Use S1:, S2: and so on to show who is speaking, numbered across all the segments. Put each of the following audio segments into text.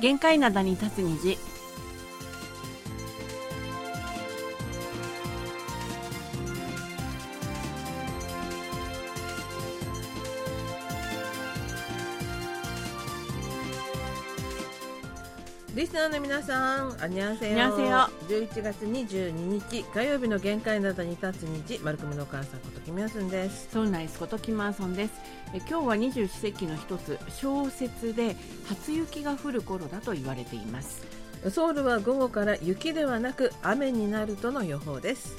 S1: 限界灘に立つ虹
S2: リスナーの皆さん、あにゃんせよ。
S1: 안녕하세요
S2: 11月22日火曜日の限界などに立つ日、マルコムのお母さんことキミヤスンです。
S1: ソウルナイスことキマーソンですえ今日は二十四節気の一つ小雪で初雪が降る頃だと言われています
S2: ソウルは午後から雪ではなく雨になるとの予報です。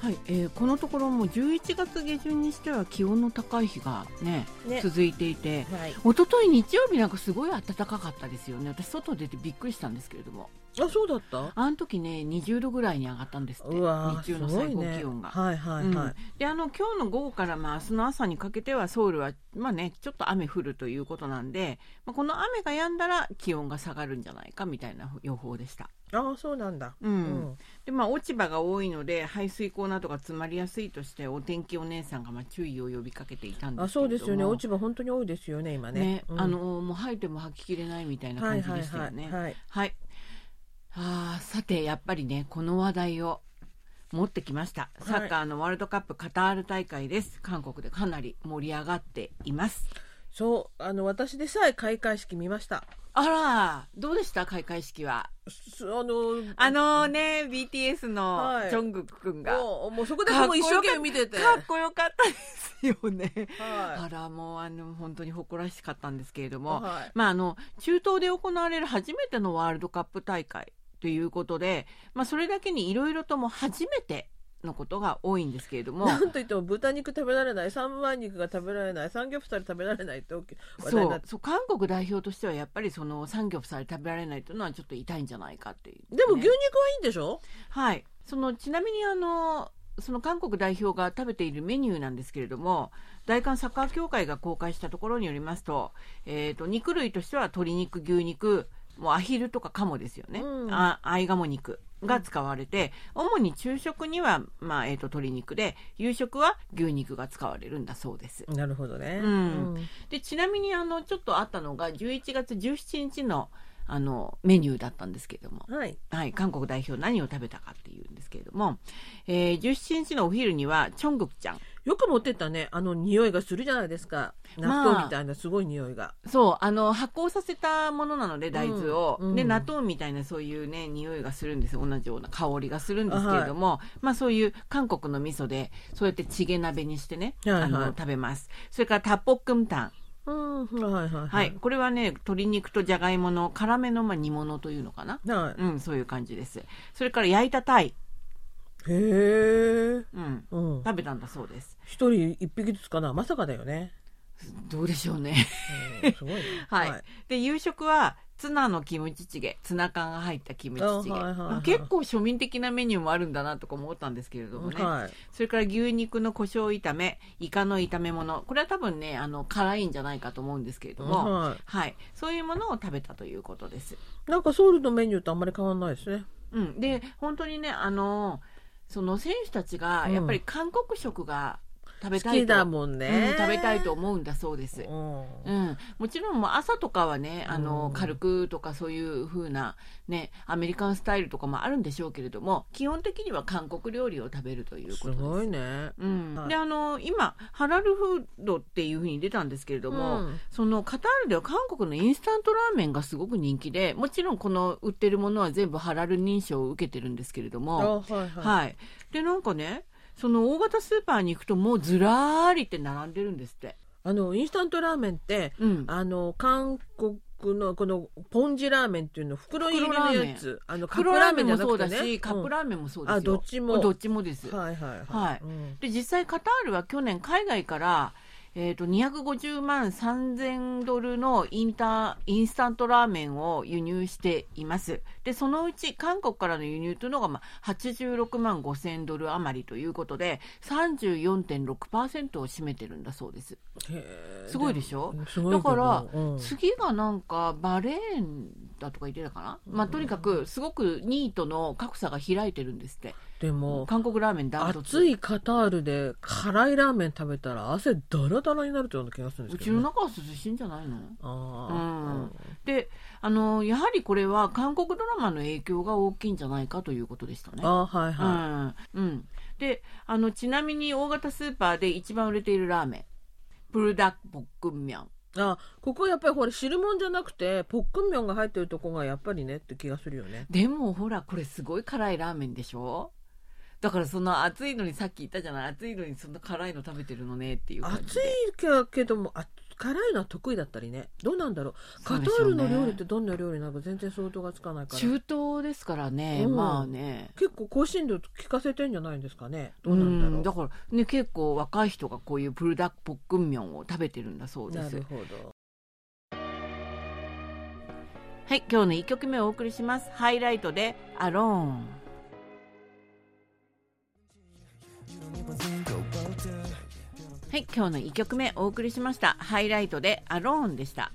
S1: はい、えーこのところもう11月下旬にしては気温の高い日がね
S2: ね
S1: 続いていて
S2: はい。
S1: 一昨日日曜日なんかすごい暖かかったですよね私外出てびっくりしたんですけれども
S2: あ、そうだった
S1: あの時ね20度ぐらいに上がったんですって
S2: うわ
S1: 日
S2: ー
S1: 中の
S2: すご
S1: 最
S2: い
S1: 高
S2: ね
S1: 気温が。
S2: はいはいはい。
S1: うんであの今日の午後から、まあ、明日の朝にかけてはソウルは、まあね、ちょっと雨降るということなんで、まあ、この雨が止んだら気温が下がるんじゃないかみたいな予報でした、
S2: ああ、そうなんだ。
S1: うん
S2: うん
S1: でまあ、落ち葉が多いので排水溝などが詰まりやすいとしてお天気お姉さんがまあ注意を呼びかけていたんで
S2: あ、
S1: すけれども
S2: そうですよね。落ち葉本当に多いですよね、今ね。
S1: ね
S2: うん
S1: あの、もう吐いても吐ききれないみたいな
S2: は
S1: 感
S2: い
S1: じ
S2: はい
S1: でした
S2: は
S1: よね。
S2: い。はい。
S1: はい。あーさて、やっぱりね、この話題を持ってきました。
S2: い
S1: サッカーのワールドカップカタール大会です。韓国でかなり盛り上がっています。
S2: そう、あの、私でさえ開会式見ました。
S1: あら、どうでした開会式は。
S2: すあの、
S1: あのね、BTS の
S2: はい
S1: ジョングク君が、
S2: もうもうそこでもう一生懸命見てて。
S1: かっこよかったですよね。
S2: は
S1: あら、もうあの、本当に誇らしかったんですけれど
S2: い。
S1: も、
S2: はい。
S1: まあ、あの中東で行われる初めてのワールドカップ大会ということで、まあ、それだけにいろいろとも初めてのことが多いんですけれど も
S2: なんといっても豚肉食べられない、三枚肉が食べられない、三魚二人食べられないって大きい話題
S1: そ
S2: になっ
S1: う
S2: て。
S1: そう韓国代表としてはやっぱりその産業され食べられないというのはちょっと痛いんじゃないかっていう、
S2: でも
S1: ね
S2: 牛肉はいいんでしょ
S1: はい、そのちなみにあのその韓国代表が食べているメニューなんですけれども大韓サッカー協会が公開したところによりますと,、えー、と肉類としては鶏肉牛肉もうアヒルとかカモですよね、
S2: うん
S1: あアイガモ肉が使われて主に昼食には、まあえー、と鶏肉で夕食は牛肉が使われるんだそうです。
S2: なるほどね。
S1: うん
S2: うん
S1: でちなみにあのちょっとあったのが11月17日のあのメニューだったんですけれども
S2: はい。
S1: はい、韓国代表何を食べたかっていうんですけれども、えー、17日のお昼にはチョングクちゃん
S2: よく持ってったね、あの匂いがするじゃないですか。納
S1: まあ
S2: 豆みたいなすごい匂いが。
S1: そうあの発酵させたものなので大豆を、
S2: うん
S1: で
S2: うん
S1: 納豆みたいなそういうね匂いがするんです同じような香りがするんですけれども、まあ、そういう韓国の味噌でそうやってチゲ鍋にしてね、
S2: はいはい
S1: あの食べますそれからタッポックンタン、
S2: うん、はいはい
S1: は
S2: はいい。
S1: これはね鶏肉とじゃがいもの辛めの、まあ、煮物というのかな、
S2: は
S1: うん、そういう感じですそれから焼いたタイ、
S2: い。へえ。
S1: うん、
S2: うん。
S1: 食べたんだそうです
S2: 一人一匹ずつかな。まさかだよね。
S1: どうでしょうね。
S2: うんすごいね
S1: はいで夕食はツナのキムチチゲツナ缶が入ったキムチチゲ、
S2: あはいはいはい
S1: あ結構庶民的なメニューもあるんだなとか思ったんですけれどもね、
S2: はい。
S1: それから牛肉の胡椒炒めイカの炒め物これは多分ねあの辛いんじゃないかと思うんですけれども、
S2: は
S1: はい、そういうものを食べたということです、
S2: い。なんかソウルのメニューとあんまり変わんないですね。
S1: うん、で本当にねあのその選手たちがやっぱり韓国食が食べ
S2: 好
S1: たい
S2: き
S1: と、
S2: だもんね
S1: う。ん食べたいと思うんだそうです、
S2: うん
S1: うん、もちろんもう朝とかはねあの、
S2: うん
S1: 軽くとかそういう風なねアメリカンスタイルとかもあるんでしょうけれども基本的には韓国料理を食べるという
S2: す
S1: ことです。
S2: ごいね。
S1: うん
S2: はい
S1: であの今ハラルフードっていう風に出たんですけれども、
S2: うん
S1: そのカタールでは韓国のインスタントラーメンがすごく人気でもちろんこの売ってるものは全部ハラル認証を受けてるんですけれど
S2: あ
S1: も、
S2: はいは
S1: はい、でなんかねその大型スーパーに行くともうずらーりって並んでるんですって。
S2: い。あのインスタントラーメンって
S1: うん、
S2: あの韓国のこのポンジラーメンっていうの袋入りのやつ、あのカップ
S1: 黒
S2: ラ
S1: ラ
S2: ー
S1: ー
S2: メ
S1: メ
S2: ン
S1: ン
S2: じゃ
S1: も
S2: な
S1: そう
S2: くて
S1: だ
S2: ね。
S1: し、カップ
S2: ラ
S1: ラーメンもそうですよ。
S2: あどっちも
S1: どっちもです。
S2: ーメン。はいはい
S1: は
S2: はいいうん。
S1: で実際カタールは去年海外からえー、と250万3000ドルのインタインスタントラーメンを輸入していますでそのうち韓国からの輸入というのが、まあ、86万5000ドル余りということで34.6%を占めてるんだそうです
S2: へー
S1: すごいでしょ
S2: もすごいけ
S1: だ
S2: ど
S1: から
S2: うん
S1: 次がなんかバレーンだとか言ってたかな、まあ、とにかくすごく2位との格差が開いてるんですって
S2: でも
S1: 韓国ラーメンダントツ
S2: 暑いカタールで辛いラーメン食べたら汗だらだたらになるというような気がするんで
S1: う
S2: すけ
S1: ち
S2: ど、ね、
S1: の中は涼しいんじゃないの
S2: あ
S1: うんであのやはりこれは韓国ドラマの影響が大きいんじゃないかということでしたね
S2: ー、。あーはいは
S1: うんうん、であのちなみに大型スーパーで一番売れているラーメンプルダックボックンミャン
S2: い、あここやっぱりほら汁物じゃなくてポックンミョンが入ってるとこがやっぱりねって気がするよね
S1: でもほらこれすごい辛いラーメンでしょだからその暑いのにさっき言ったじゃない暑いのにそんな辛いの食べてるのねっていう感じ
S2: 暑い
S1: で
S2: けどもあ辛いのは得意だったりねどうなんだろう
S1: そう
S2: カ
S1: で
S2: タ
S1: しょ
S2: ー
S1: う
S2: ル
S1: ね
S2: の料理ってどんな料理なのか全然想像がつかないから
S1: 中東ですからね、
S2: うん
S1: まあね
S2: 結構香辛料聞かせてんじゃないんですかねどうなんだろう
S1: うんだからね結構若い人がこういうプルダックポックンミョンを食べてるんだそうで
S2: な
S1: す
S2: るほど
S1: はい今日の1曲目をお送りしますハイライトで「アローン」はい、今日の1曲目お送りしました。ハイライトでアローンでした。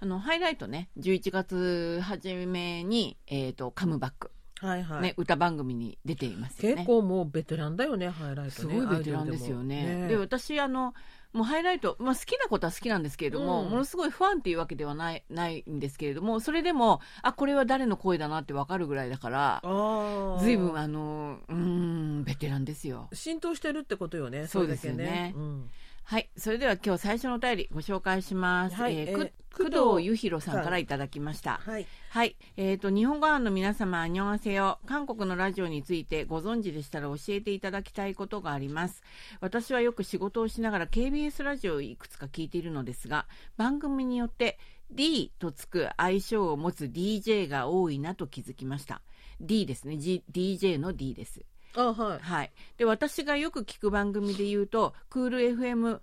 S1: あの、ハイライトね、11月初めに、えっ、と、カムバック、
S2: はいはい、
S1: ね、歌番組に出ていますよね。
S2: 結構もうベテランだよねハイライト
S1: す
S2: ね
S1: ごいベテランですよね。
S2: アイドル
S1: で
S2: も
S1: 私、あの、もうハイライト、まあ好きなことは好きなんですけれども、
S2: うん
S1: ものすごいファンっていうわけではない、ないんですけれども、それでも、あ、これは誰の声だなってわかるぐらいだから、
S2: ああ
S1: ずいぶんあの、うーん、ベテランですよ。
S2: 浸透してるってことよね
S1: そうですよ
S2: れだけ
S1: ね
S2: うん
S1: はい、それでは今日最初のお便りご紹介します。
S2: はい
S1: えー
S2: えー
S1: く
S2: 工
S1: 工藤
S2: 藤
S1: ゆひろさんからいただきました。
S2: はい
S1: はい、えっ、と日本語版の皆様アニョンアセヨ。韓国のラジオについてご存知でしたら教えていただきたいことがあります。私はよく仕事をしながら KBS ラジオをいくつか聞いているのですが、番組によって D とつく愛称を持つ DJ が多いなと気づきました。D ですね、G、DJ の D です。
S2: あはい
S1: はい、で私がよく聞く番組で言うとクール FM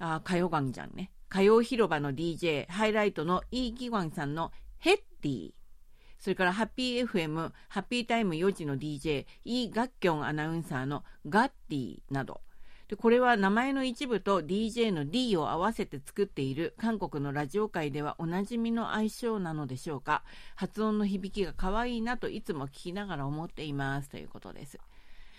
S1: あ歌謡ガンじゃんね歌謡広場の DJ ハイライトのイーギワンさんのヘッディそれからハッピー FM ハッピータイム4時の DJ イーガッキョンアナウンサーのガッディなどでこれは名前の一部と DJ の D を合わせて作っている韓国のラジオ界ではおなじみの相性なのでしょうか発音の響きが可愛いなといつも聞きながら思っていますということです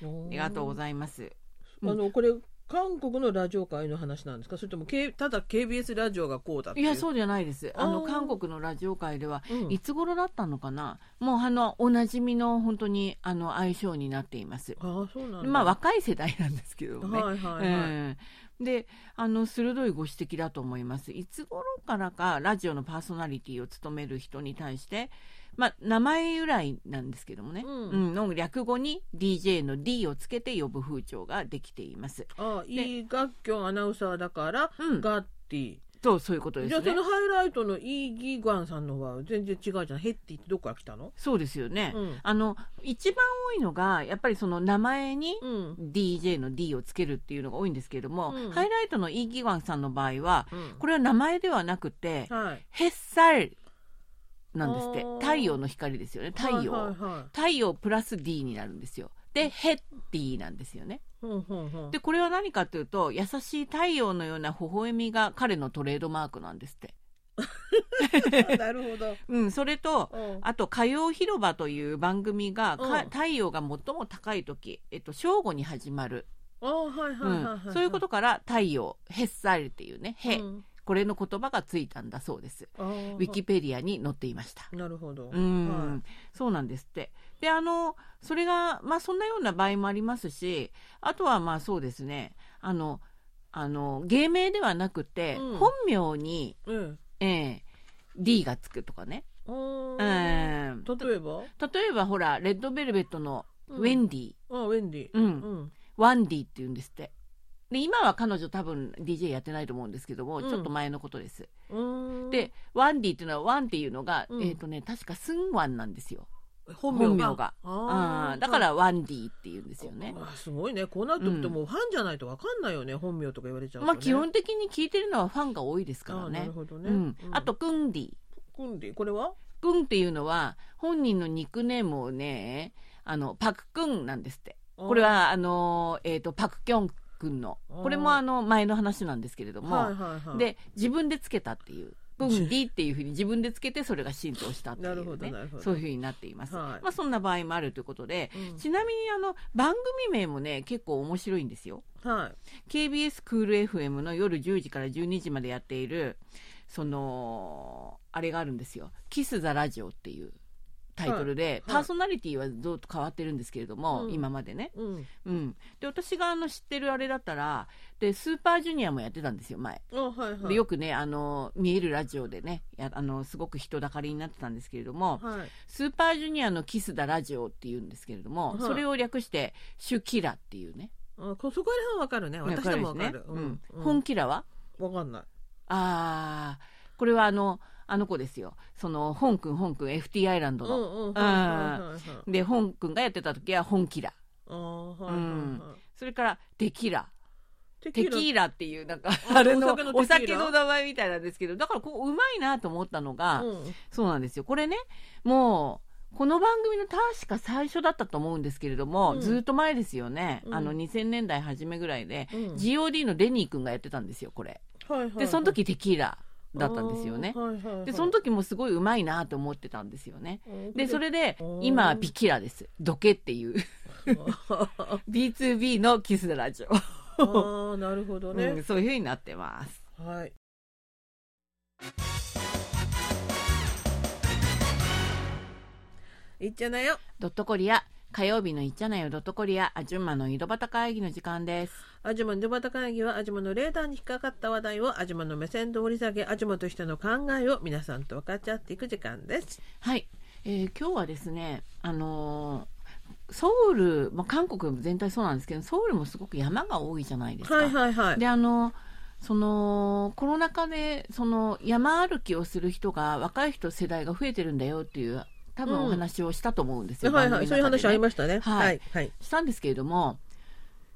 S1: あ
S2: あ
S1: りがとうご
S2: い
S1: ざいます。
S2: まあのこれ韓国のラジオ界の話なんですかそれとも、K、ただ KBS ラジオがこうだって
S1: い
S2: いうい
S1: や、そうじゃないです。あの、
S2: あー
S1: 韓国のラジオ界では、
S2: うん、
S1: いつ頃だったのかなもう、あの、おなじみの、本当に、あの、相性になっています。
S2: ああそうなんだ
S1: まあ、若い世代なんですけどね。
S2: はいはいはい、
S1: うん、であの鋭いご指摘だと思いますいつ頃からかラジオのパーソナリティを務める人に対して、まあ、名前由来なんですけどもね、
S2: うん
S1: うんの略語に DJ の D をつけて呼ぶ風潮ができています。
S2: ああいい楽曲アナウンサーだから、
S1: うん
S2: ガッティ
S1: とそういうことです
S2: じゃあ
S1: ね。
S2: そのハイライトのイーギーガンさんのは全然違うじゃんヘッティってどこから来たの
S1: そうですよね。
S2: うん
S1: あの一番多いのがやっぱりその名前に
S2: うん
S1: DJ の D をつけるっていうのが多いんですけれども、
S2: うん
S1: ハイライトのイ・ギワンさんの場合は
S2: うん
S1: これは名前ではなくて
S2: はい
S1: 「ヘッサル」なんですって
S2: あー
S1: 太陽の光ですよね太陽、
S2: はいはいはい
S1: 太陽プラス D になるんですよで「ヘッディ」なんですよね
S2: ほんほんほん
S1: でこれは何かというと優しい太陽のような微笑みが彼のトレードマークなんですって、
S2: あなるほど
S1: うん、それと
S2: うん
S1: あと「火曜広場」という番組が、か
S2: うん
S1: 太陽が最も高い時、えっと、正午に始まる、
S2: あはいはいはいは
S1: う
S2: は
S1: んそういうことから「太陽」「ヘッサル」っていうね「へ、
S2: うん
S1: これの言葉がついたんだそうです
S2: あー
S1: ウィキペディアに載っていました
S2: なるほど
S1: うん、
S2: はい
S1: そうなんですってであのそれがまあそんなような場合もありますしあとはまあそうですねあのあの芸名ではなくて、
S2: うん
S1: 本名に、
S2: うん
S1: ええ D がつくとかね、
S2: あー
S1: うん、
S2: 例えば
S1: 例えばほらレッドベルベットのウェ
S2: ディ
S1: ンディ、
S2: あウェンディ
S1: うん
S2: うん
S1: ワンディって言うんですってで今は彼女多分 DJ やってないと思うんですけども、
S2: うん
S1: ちょっと前のことです、
S2: うん
S1: でワンディっていうのはワンっていうのが、
S2: うん
S1: えっ、とね確かスンワンなんですよ、
S2: 本
S1: 本名が
S2: あ
S1: あー
S2: ー
S1: だからワンディっていうんですよね
S2: あすごいねこうなってくるともうファンじゃないとわかんないよね、本名とか言われちゃうと、ね、
S1: まあ基本的に聞いてるのはファンが多いですから
S2: あーな
S1: ね
S2: るほどね、
S1: うん、あとクンディ
S2: クンディこれは
S1: クンっていうのは本人のニックネームをねあのパククンなんですってこれはあの、えー、とパクキョン君のこれもあの前の話なんですけれど
S2: あ
S1: も、
S2: ーはいはいはい
S1: で自分でつけたっていう分離っていうふうに自分でつけてそれが浸透したっていう、ね、
S2: なるほどなるほど
S1: そういうふうになっています、
S2: はい
S1: まあ、そんな場合もあるということで、
S2: うん
S1: ちなみにあの番組名もね結構面白いんですよ
S2: はい。
S1: KBS クール FM の夜10時から12時までやっているそのあれがあるんですよ「キス・ザ・ラジオ」っていうタイトルで、パーソナリティはずっと変わってるんですけれども、
S2: うん
S1: 今までね、
S2: うん。
S1: うん、で私があの知ってるあれだったらでスーパージュニアもやってたんですよ前
S2: あ、はいはい。
S1: でよくねあの見えるラジオでねやあのすごく人だかりになってたんですけれども、
S2: はい。
S1: スーパージュニアの「キスだラジオ」っていうんですけれども、
S2: はい
S1: それを略して「シュキラ」っていうね
S2: あ、こそこら辺はわかるね。私でもわかる。
S1: わですねうん
S2: 本
S1: 本キラは
S2: わかんない。
S1: あーこれはあのあの子ですよその本くん本くん FT アイランド
S2: う
S1: の、
S2: んうん。はい
S1: あー
S2: はいはいはい。
S1: で本くんがやってた時は本キラ
S2: あーはいはいはい。
S1: それからテキラ
S2: テ
S1: テキ
S2: ー
S1: ーラっていうなんか
S2: あ
S1: あれの
S2: お酒のテキーラ
S1: お酒の名前みたいなんですけどだからこううまいなと思ったのが、
S2: うん。
S1: そうなんですよこれねもうこの番組の確か最初だったと思うんですけれども、
S2: うん
S1: ずっと前ですよね、
S2: うん
S1: あの2000年代初めぐらいで、
S2: うん
S1: GOD のデニー君がやってたんですよこれ
S2: はいはいはい。
S1: でその時テキーラだったんですよね
S2: あーはいはいはい。
S1: でその時もすごいうまいなと思ってたんですよね
S2: うん。
S1: でそれで
S2: うん
S1: 今はビキラですドケっていう
S2: あ
S1: B2B のキスラジオ、
S2: ーなるほど
S1: う
S2: ね
S1: ん。そういう風になってます
S2: はい。いっちゃなよ。
S1: ドットコリア火曜日のいっちゃなよドットコリアあじゅんまの井戸端会議の時間です
S2: アジマのドバタ会議はアジマのレーダーに引っかかった話題をアジマの目線で掘り下げアジマとしての考えを皆さんと分かち合っていく時間です。
S1: はい、えー今日はですねあのーソウル、まあ、韓国全体そうなんですけどソウルもすごく山が多いじゃないですか、
S2: はいはいはい。
S1: であのそのコロナ禍でその山歩きをする人が若い人世代が増えてるんだよっていう多分
S2: うん
S1: お話をしたと思うんですよ、
S2: はい
S1: 番
S2: は
S1: 組
S2: い、そ
S1: の
S2: ういう
S1: 中でね
S2: 話ありました
S1: は
S2: ね。
S1: い
S2: はいはい。
S1: したんですけれども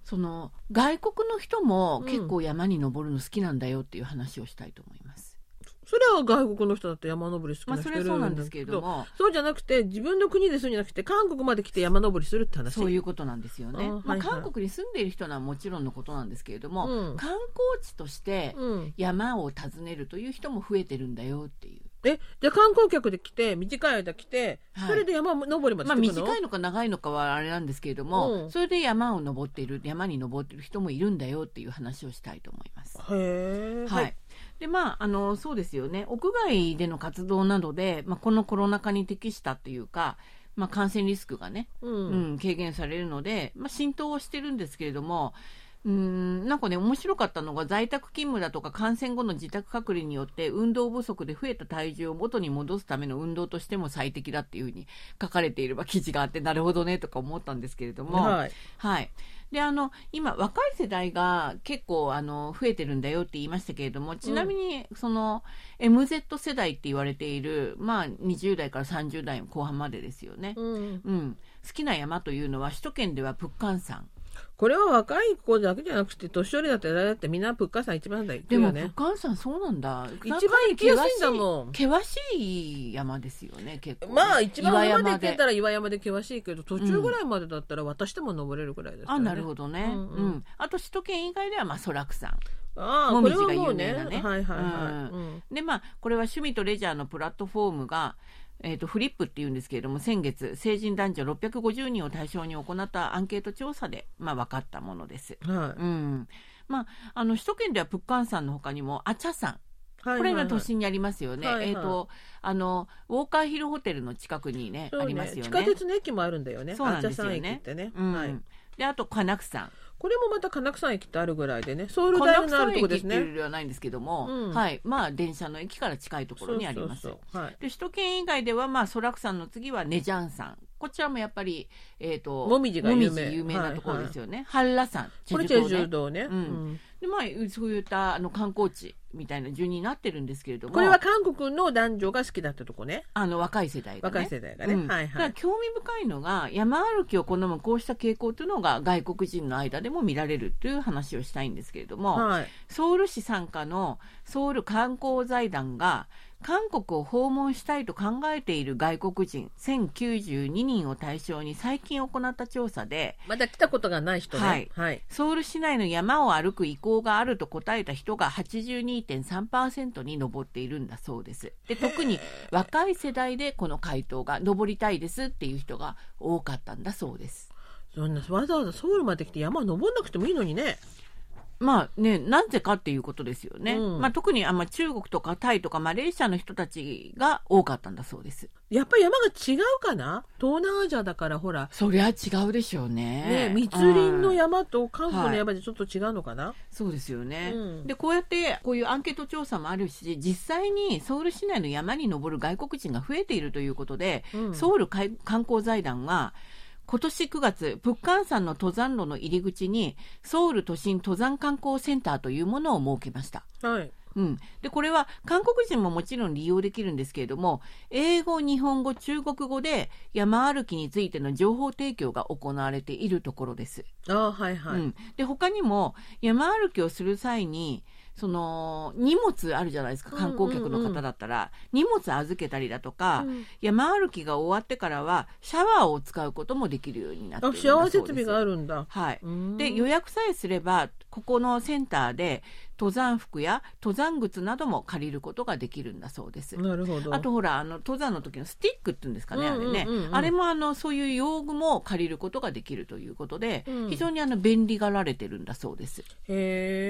S1: その外国の人も結構山に登るの好きなんだよっていう話をしたいと思います、
S2: それは外国の人だって山登り好き
S1: まあ
S2: な
S1: そ
S2: 人い
S1: れはそ
S2: る
S1: うなん
S2: ん
S1: で
S2: ですす
S1: けれ
S2: け
S1: ど
S2: ど。
S1: も
S2: そうじゃなくて自分の国でするんじゃなくて韓国まで来て山登りするって話。
S1: そういうことなんですよね
S2: あ
S1: ま
S2: ー
S1: あ、
S2: はいはい
S1: 韓国に住んでいる人はもちろんのことなんですけれども、
S2: うん
S1: 観光地として
S2: うん。
S1: 山を訪ねるという人も増えてるんだよっていう
S2: えじゃあ観光客で来て短い間来て、
S1: はい
S2: それで山登りまで
S1: まあ、
S2: 来てくの、
S1: 短いのか長いのかはあれなんですけれども、
S2: うん
S1: それで山を登っている山に登っている人もいるんだよっていう話をしたいと思います。
S2: へえ
S1: はい、でまああのそうですよね屋外での活動などで、まあ、このコロナ禍に適したというか、まあ、感染リスクがね、
S2: う
S1: うんん、軽減されるので、まあ、浸透はしてるんですけれども。うんなんかね面白かったのが在宅勤務だとか感染後の自宅隔離によって運動不足で増えた体重を元に戻すための運動としても最適だっていうふうに書かれていれば記事があってなるほどねとか思ったんですけれども、
S2: はい
S1: はい、であの今、若い世代が結構あの増えてるんだよって言いましたけれどもちなみに、その MZ 世代って言われている、まあ、20代から30代後半までですよね、
S2: うん、
S1: うん好きな山というのは首都圏ではプッカン山
S2: これは若い子だけじゃなくて年寄りだってだってみんなプッカさん一番だよ
S1: でも、プ
S2: ね
S1: ッカン山そうなんだ
S2: 一番行きやすいんだもん
S1: 険しい山ですよね結構ね
S2: まあ一番
S1: 岩
S2: 上ま
S1: 山
S2: で行けたら岩山で険しいけど途中ぐらいまでだったら私でも登れるぐらいですから
S1: あ
S2: ね、
S1: なるほどね、う
S2: うんんうん
S1: あと首都圏以外ではまあ空草
S2: ああこれはもう
S1: 紅葉が有名
S2: ね
S1: なね
S2: はいはいはい、
S1: う
S2: うん
S1: でまあこれは趣味とレジャーのプラットフォームが、えー、とフリップっていうんですけれども先月成人男女650人を対象に行ったアンケート調査で、まあ、分かったものです。
S2: はい
S1: うんまあ、あの首都圏ではプッカン山の他にもアチャ山
S2: はい
S1: これ今
S2: はい
S1: 都心にありますよね、
S2: はいはい
S1: えっ、とあのウォーカーヒルホテルの近くにね
S2: そう
S1: あ
S2: ね
S1: りますよね
S2: 地下鉄の駅もあるんだよね
S1: そうなんですよね
S2: あっちゃさん駅ってね、
S1: うん
S2: はい
S1: であとカナク山
S2: これもまた金草駅ってあるぐらいでねソウル
S1: カ
S2: 大
S1: ナク
S2: 学のある
S1: 山
S2: とこ
S1: 駅
S2: で
S1: って
S2: す
S1: い
S2: ね
S1: うのではないんですけども、
S2: うん
S1: はいまあ、電車の駅から近いところにあります
S2: そうそうそうはい
S1: で首都圏以外では、まあ、ソラクさんの次はネジャンさんこちらもやっぱり、えー、と
S2: もみじが有名
S1: もみじなところですよね、ハンラさん
S2: これチェジュ道ね、
S1: うんで、まあ、そういったあの観光地みたいな順になってるんですけれども
S2: これは韓国の男女が好きだったとこね
S1: あの若い世代が、ね、
S2: 若い世代がね、
S1: うん
S2: はい
S1: だか
S2: は
S1: ら
S2: い
S1: 興味深いのが山歩きを好むこうした傾向というのが外国人の間でも見られるという話をしたいんですけれども、
S2: はい
S1: ソウル市傘下のソウル観光財団が韓国を訪問したいと考えている外国人1092人を対象に最近行った調査で
S2: まだ来たことがない人ね。
S1: はい
S2: はい。
S1: ソウル市内の山を歩く意向があると答えた人が82.3%に上っているんだそうですで特に若い世代でこの回答が登りたいですっていう人が多かったんだそうです
S2: そんなわざわざソウルまで来て山登んなくてもいいのにね。
S1: まあね、なぜかっていうことですよね、
S2: うん
S1: まあ、特にあ、まあ、中国とかタイとかマレーシアの人たちが多かったんだそうです
S2: やっぱり山が違うかな東南アジアだからほら、
S1: そりゃ違うでしょうね
S2: ね、密林の
S1: うん
S2: 山と韓国の山でちょっと違うのかな、
S1: そうですよね、
S2: うん
S1: でこうやってこういうアンケート調査もあるし実際にソウル市内の山に登る外国人が増えているということで、
S2: うん
S1: ソウルかい観光財団は今年9月、仏間山の登山路の入り口にソウル都心登山観光センターというものを設けました。
S2: はい。
S1: うん、でこれは韓国人ももちろん利用できるんですけれども英語、日本語、中国語で山歩きについての情報提供が行われているところです。
S2: ああ、はいはい。
S1: うん、で他にも山歩きをする際にその荷物あるじゃないですか観光客の方だったら、荷物預けたりだとか、
S2: うん
S1: 山歩きが終わってからはシャワーを使うこともできるようになっている
S2: あ、
S1: んだそう
S2: 幸
S1: です
S2: せ設備があるんだ。
S1: はい、
S2: うん
S1: で予約さえすればここのセンターで登山服や登山靴なども借りることができるんだそうです。
S2: なるほど。
S1: あとほらあの登山の時のスティックって言うんですかね、
S2: うんうんうんう
S1: あ
S2: ん
S1: れねあれもあのそういう用具も借りることができるということで、
S2: うん
S1: 非常にあの便利がられてるんだそうです
S2: へ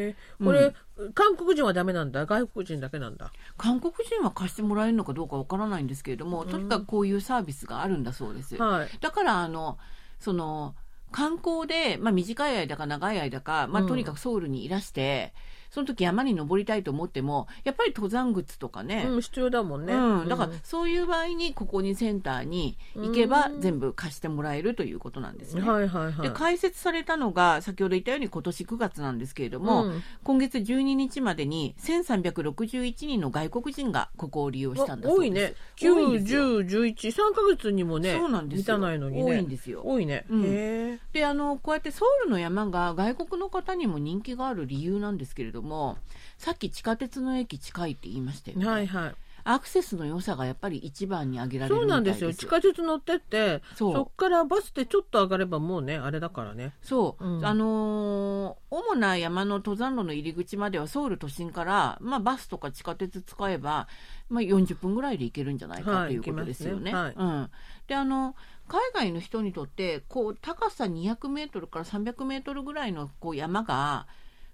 S2: え。これ、韓国人はダメなんだ。外国人だけなんだ。
S1: 韓国人は貸してもらえるのかどうかわからないんですけれども、
S2: うん
S1: とにかくこういうサービスがあるんだそうです、
S2: はい。
S1: だからあのその観光で、まあ、短い間か長い間か、まあ、
S2: うん
S1: とにかくソウルにいらして、その時山に登りたいと思ってもやっぱり登山靴とかね、
S2: うん、必要だもんね。
S1: うん、だからそういう場合にここにセンターに行けば全部貸してもらえるということなんですね。
S2: はいはいはい。
S1: で開設されたのが先ほど言ったように今年9月なんですけれども、
S2: うん
S1: 今月12日までに1361人の外国人がここを利用したんだ
S2: あ
S1: そ
S2: 多
S1: う
S2: い
S1: で
S2: ね
S1: す。
S2: 九
S1: 多いんですよ
S2: 十十一三ヶ月にもね
S1: そうなんです
S2: 満
S1: よ
S2: たないのにね
S1: 多いんですよ
S2: 多いね、
S1: うん
S2: へえ
S1: であのこうやってソウルの山が外国の方にも人気がある理由なんですけれどもさっき地下鉄の駅近いって言いましたよね、
S2: はいはい
S1: アクセスの良さがやっぱり一番に挙げられる
S2: そう
S1: みた
S2: ないん
S1: で
S2: ですすよ地下鉄乗ってって
S1: そう
S2: そっからバスでちょっと上がればもうねあれだからね
S1: そう、
S2: うん
S1: あのー主な山の登山路の入り口まではソウル都心から、まあ、バスとか地下鉄使えば、まあ、40分ぐらいで行けるんじゃないか
S2: はい
S1: ということですよね。
S2: 行けます
S1: うんであの海外の人にとってこう高さ200メートルから300メートルぐらいのこう山が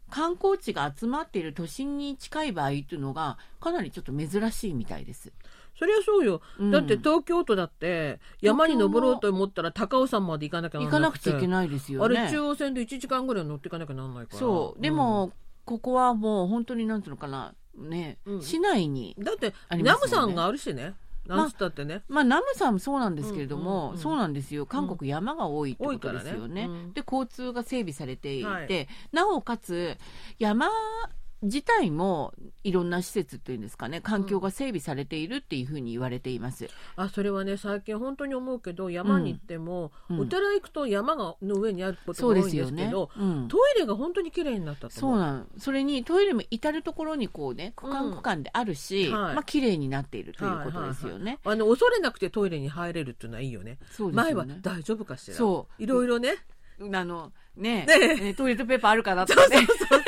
S1: 観光地が集まっている都心に近い場合というのがかなりちょっと珍しいみたいです。
S2: そりゃそうよ、
S1: うん
S2: だって東京都だって山に登ろうと思ったら高尾山まで行かなきゃ
S1: 行かなくちゃいけ
S2: な
S1: ないです
S2: い
S1: よね。
S2: あれ中央線で一時間ぐらい乗っていかなきゃなんないから
S1: そうで、も、ここはもう本当になんていうのかなね、
S2: うん
S1: 市内に
S2: うんだって
S1: ありま
S2: ナ
S1: すもん
S2: ム
S1: ね
S2: さんがあるしねなんつったってね、
S1: まあナムさんもそうなんですけれども、
S2: うんうんうん
S1: そうなんですよ韓国山が多いって
S2: 多
S1: こ
S2: いか
S1: とで
S2: ら
S1: す
S2: ね
S1: よね、
S2: うん
S1: で交通が整備されていて、
S2: はい
S1: なおかつ山自体もいろんな施設というんですかね環境が整備されているっていうふうに言われています、
S2: あそれはね最近本当に思うけど山に行っても、
S1: うん
S2: お寺行くと山がの上にあること
S1: そ
S2: が
S1: う
S2: 多い
S1: で
S2: んです
S1: すよ
S2: け
S1: ね
S2: ど
S1: うん
S2: トイレが本当に綺麗になったと
S1: そう
S2: 思う
S1: なんそれにトイレも至る所にこうね区
S2: う
S1: 間
S2: ん
S1: 区間であるし、
S2: はい
S1: まあ綺麗になっているということですよね、
S2: あの恐れなくてトイレに入れるっていうのはいいよね
S1: そうですよね
S2: 前は大丈夫かしら
S1: そう
S2: いろい ろね
S1: あのね
S2: ね
S1: えートイレットペーパーあるかなとかね
S2: そうそう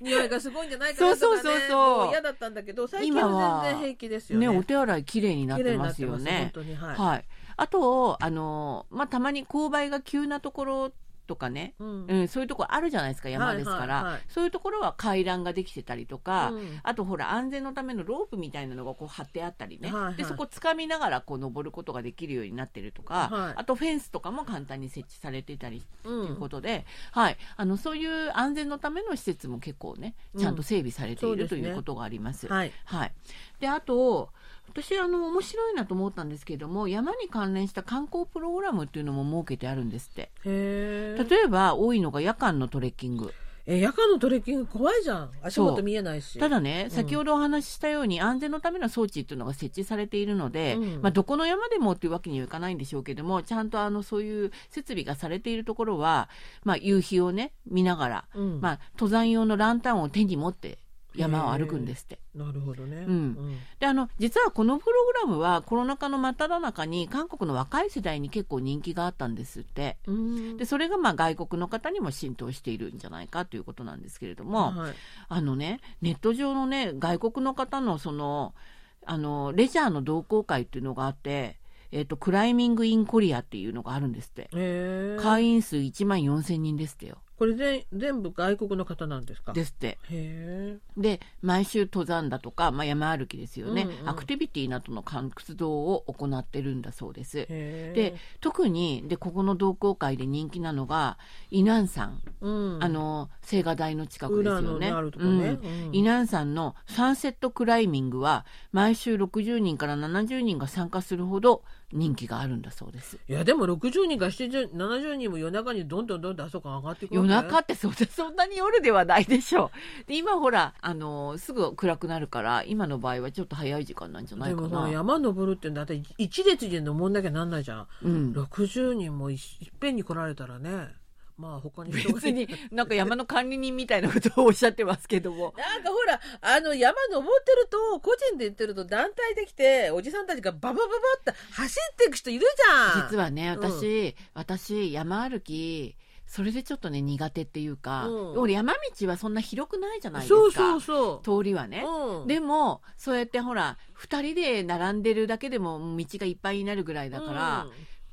S2: 匂いがすごいんじゃないかなとか、ね、
S1: そうそうそうそう
S2: も嫌だったんだけど最近
S1: 今
S2: は
S1: は
S2: 全然平気ですよね
S1: ねお手洗い綺麗になっ
S2: 綺麗
S1: て
S2: にな
S1: ま
S2: っ
S1: す
S2: て
S1: よ
S2: ます
S1: ね
S2: 本。当にはい、
S1: はい、あと、あのまあ、たまに勾配が急なところとかね、
S2: うん
S1: うん、そういうところあるじゃないですか山ですから、
S2: はいはいはい
S1: そういうところは階段ができてたりとか、
S2: うん
S1: あとほら安全のためのロープみたいなのがこう張ってあったりね、
S2: はいはい
S1: でそこ掴みながらこう登ることができるようになってるとか、
S2: はい
S1: あとフェンスとかも簡単に設置されてたりと
S2: うん
S1: いうことで、はい、あのそういう安全のための施設も結構ねちゃんと整備されている、
S2: うんそう
S1: と
S2: ですね
S1: いうことがあります。
S2: はい
S1: はい、であと私あの面白いなと思ったんですけれども山に関連した観光プログラムっていうのも設けてあるんですって
S2: へえ
S1: 例えば多いのが夜間のトレッキング
S2: え夜間のトレッキング怖いじゃん足元見えないした
S1: だね、
S2: ん
S1: 先ほどお話ししたように安全のための装置っていうのが設置されているので、
S2: うん
S1: まあ、どこの山でもっていうわけにはいかないんでしょうけどもちゃんとあのそういう設備がされているところは、まあ、夕日をね見ながら、
S2: うん
S1: まあ、登山用のランタンを手に持って山を歩くんですって。
S2: なるほどね。
S1: うんであの実はこのプログラムはコロナ禍の真っ只中に韓国の若い世代に結構人気があったんですって
S2: うん。
S1: でそれがまあ外国の方にも浸透しているんじゃないかということなんですけれども、
S2: はい
S1: あのねネット上のね外国の方のそのあのレジャーの同好会っていうのがあって、えっとクライミング・イン・コリアっていうのがあるんですって
S2: ええ
S1: 会員数1万4000人ですってよ
S2: これで全部外国の方なんですか。へ
S1: ですって
S2: え。
S1: で毎週登山だとか、まあ、山歩きですよね、
S2: うんうん
S1: アクティビティなどの活動を行ってるんだそうです
S2: へえ。
S1: で、特にでここの同好会で人気なのがイナン山、
S2: うん、
S1: あの青瓦台の近くです
S2: 裏
S1: よ
S2: の
S1: ね
S2: ねあるとこね。
S1: うん
S2: うん
S1: イナン山のサンセットクライミングは毎週60人から70人が参加するほど人気があるんだそうです
S2: いやでも60人か70 70人も夜中にどんどんどんどんあそこ上がってくる
S1: 夜
S2: ね
S1: 中ってそんなそんなに夜ではないでしょうで今ほらあのすぐ暗くなるから今の場合はちょっと早い時間なんじゃない
S2: で
S1: か
S2: も
S1: な
S2: さ山登るってだって一列で登んなきゃなんないじゃん、
S1: うん、
S2: 60人もいいっぺんに来られたらねまあ他に人が
S1: 別になんか山の管理人みたいなことをおっしゃってますけども
S2: なんかほらあの山登ってると個人で行ってると団体できておじさんたちがババババって走っていく人いるじゃん
S1: 実はね
S2: うん
S1: 私、私山歩きそれでちょっとね苦手っていうか、
S2: うん
S1: 俺山道はそんな広くないじゃないですか
S2: そうそうそう
S1: 通りはね、
S2: うん、
S1: でもそうやってほら2人で並んでるだけでも道がいっぱいになるぐらいだから、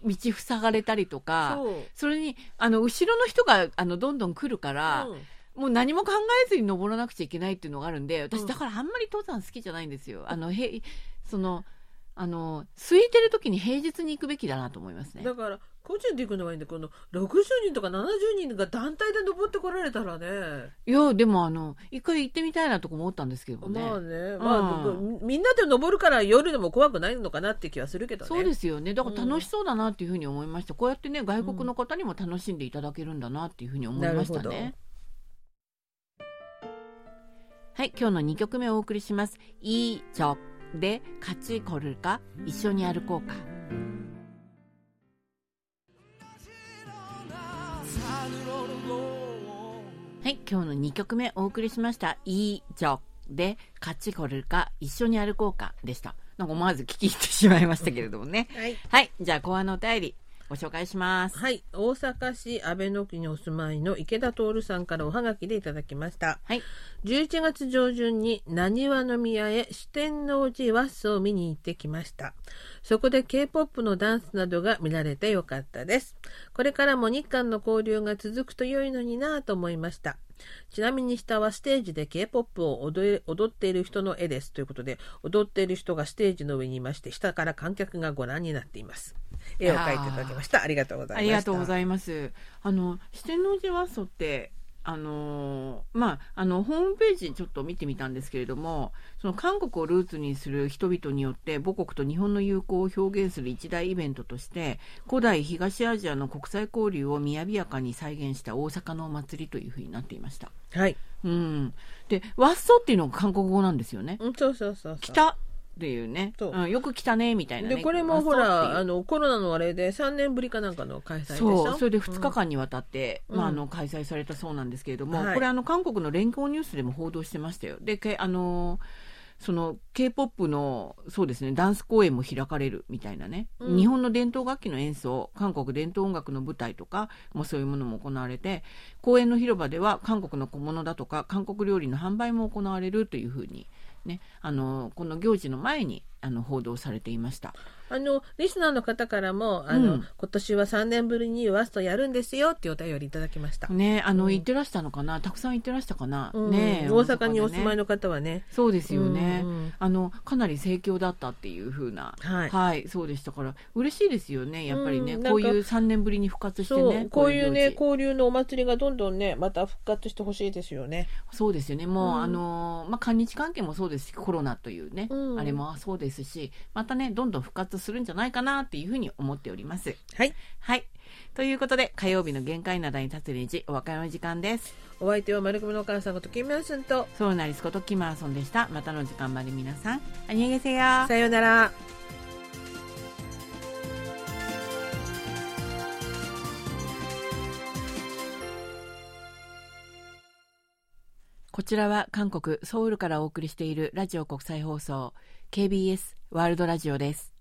S1: 道塞がれたりと
S2: うん
S1: か
S2: そう
S1: それにあの後ろの人があのどんどん来るから、
S2: うん
S1: もう何も考えずに登らなくちゃいけないっていうのがあるんで
S2: う
S1: 私
S2: ん
S1: だからあんまり登山好きじゃないんですよ。あのへいそのあの空いてる時に平日に行くべきだなと思いますね。
S2: だから個人で行くのはいいんだけどこの60人とか70人が団体で登ってこられたらね
S1: いやでもあの一回行ってみたいなとこ思ったんですけどね。
S2: まあね、まあ、
S1: うん
S2: みみんなで登るから夜でも怖くないのかなって気はするけどね
S1: そうですすよねだから楽しそうだなっていうふうに思いました、こうやってね外国の方にも楽しんでいただけるんだなっていうふうに思いました
S2: なる
S1: ね、はい今日の2曲目をお送りします「いいちょ」で「勝ちこるか一緒に歩こうか」
S3: 산을 오르고
S1: はい今日の2曲目お送りしました「いいちょ」で「勝ちこるか一緒に歩こうか」でしたなんか思わず聞き入ってしまいましたけれどもね
S2: はい、
S1: はいじゃあ後半のお便りご紹介します
S2: はい、大阪市阿倍野区にお住まいの池田徹さんからおはがきでいただきました
S1: はい
S2: 11月上旬に浪速の宮へ四天王寺ワッスを見に行ってきましたそこで K-POP のダンスなどが見られてよかったですこれからも日韓の交流が続くと良いのになぁと思いましたちなみに下はステージで K-POP を踊れ踊っている人の絵ですということで踊っている人がステージの上にいまして下から観客がご覧になっています絵を描いていただきましたありがとうございま
S1: ありが
S2: した
S1: とうご
S2: い
S1: ざいます。あの四天王寺ワッソってあのーまああのホームページちょっと見てみたんですけれども、その韓国をルーツにする人々によって母国と日本の友好を表現する一大イベントとして、古代東アジアの国際交流を雅やかに再現した大阪のお祭りというふうになっていました。
S2: ますはい、
S1: うん。でワッソっていうのが韓国語なんですよね。
S2: うん、そうそうそうそう
S1: 来たっていうね。、
S2: そうん
S1: よく来たねみたいなね。
S2: でこれもほ
S1: ワッソっていう
S2: らあのコロナのあれで3年ぶりかなんかの開催でし
S1: そ
S2: ょ
S1: うそれで2日間にわたって、
S2: うん
S1: まあ、あの開催されたそうなんですけれども、
S2: はい
S1: これあの韓国の連合ニュースでも報道してましたよ。でけあのその K-POP のそうですねダンス公演も開かれるみたいなね、
S2: うん
S1: 日本の伝統楽器の演奏韓国伝統音楽の舞台とかもうそういうものも行われて公園の広場では韓国の小物だとか韓国料理の販売も行われるというふうに、ね、あのこの行事の前にあの報道されていました。
S2: あのリスナーの方からもあの、
S1: うん
S2: 今年は3年ぶりにワストやるんですよっていうお便りいただきました、
S1: ねあの、
S2: うん
S1: 行ってらしたのかなたくさん行ってらしたかな、
S2: うん
S1: ね
S2: 大阪にお住まい
S1: の
S2: の方はね
S1: そうですよね、
S2: うんうん
S1: あのかなり盛況だったっていう風な
S2: はい
S1: そうでしたから嬉しいですよねやっぱりね、
S2: うんなんか
S1: こういう3年ぶりに復活して
S2: そう、
S1: ね
S2: こういうね
S1: 行事
S2: 交流のお祭りがどんどんねまた復活してほしいですよね
S1: そうですよねもう、
S2: うん
S1: あのまあ韓日関係もそうですしコロナというね、
S2: うん
S1: あれもそうですしまたねどんどん復活するんじゃないかなっていう風に思っております
S2: はい
S1: はいということで火曜日の限界灘に立つ日お別れの時間です
S2: お相手は丸組のお母さんことキム・ヤンスンと
S1: ソウナリスことキマーソンでした。またの時間まで皆さん、あにげせよ。
S2: さようなら
S1: こちらは韓国ソウルからお送りしているラジオ国際放送 KBS ワールドラジオです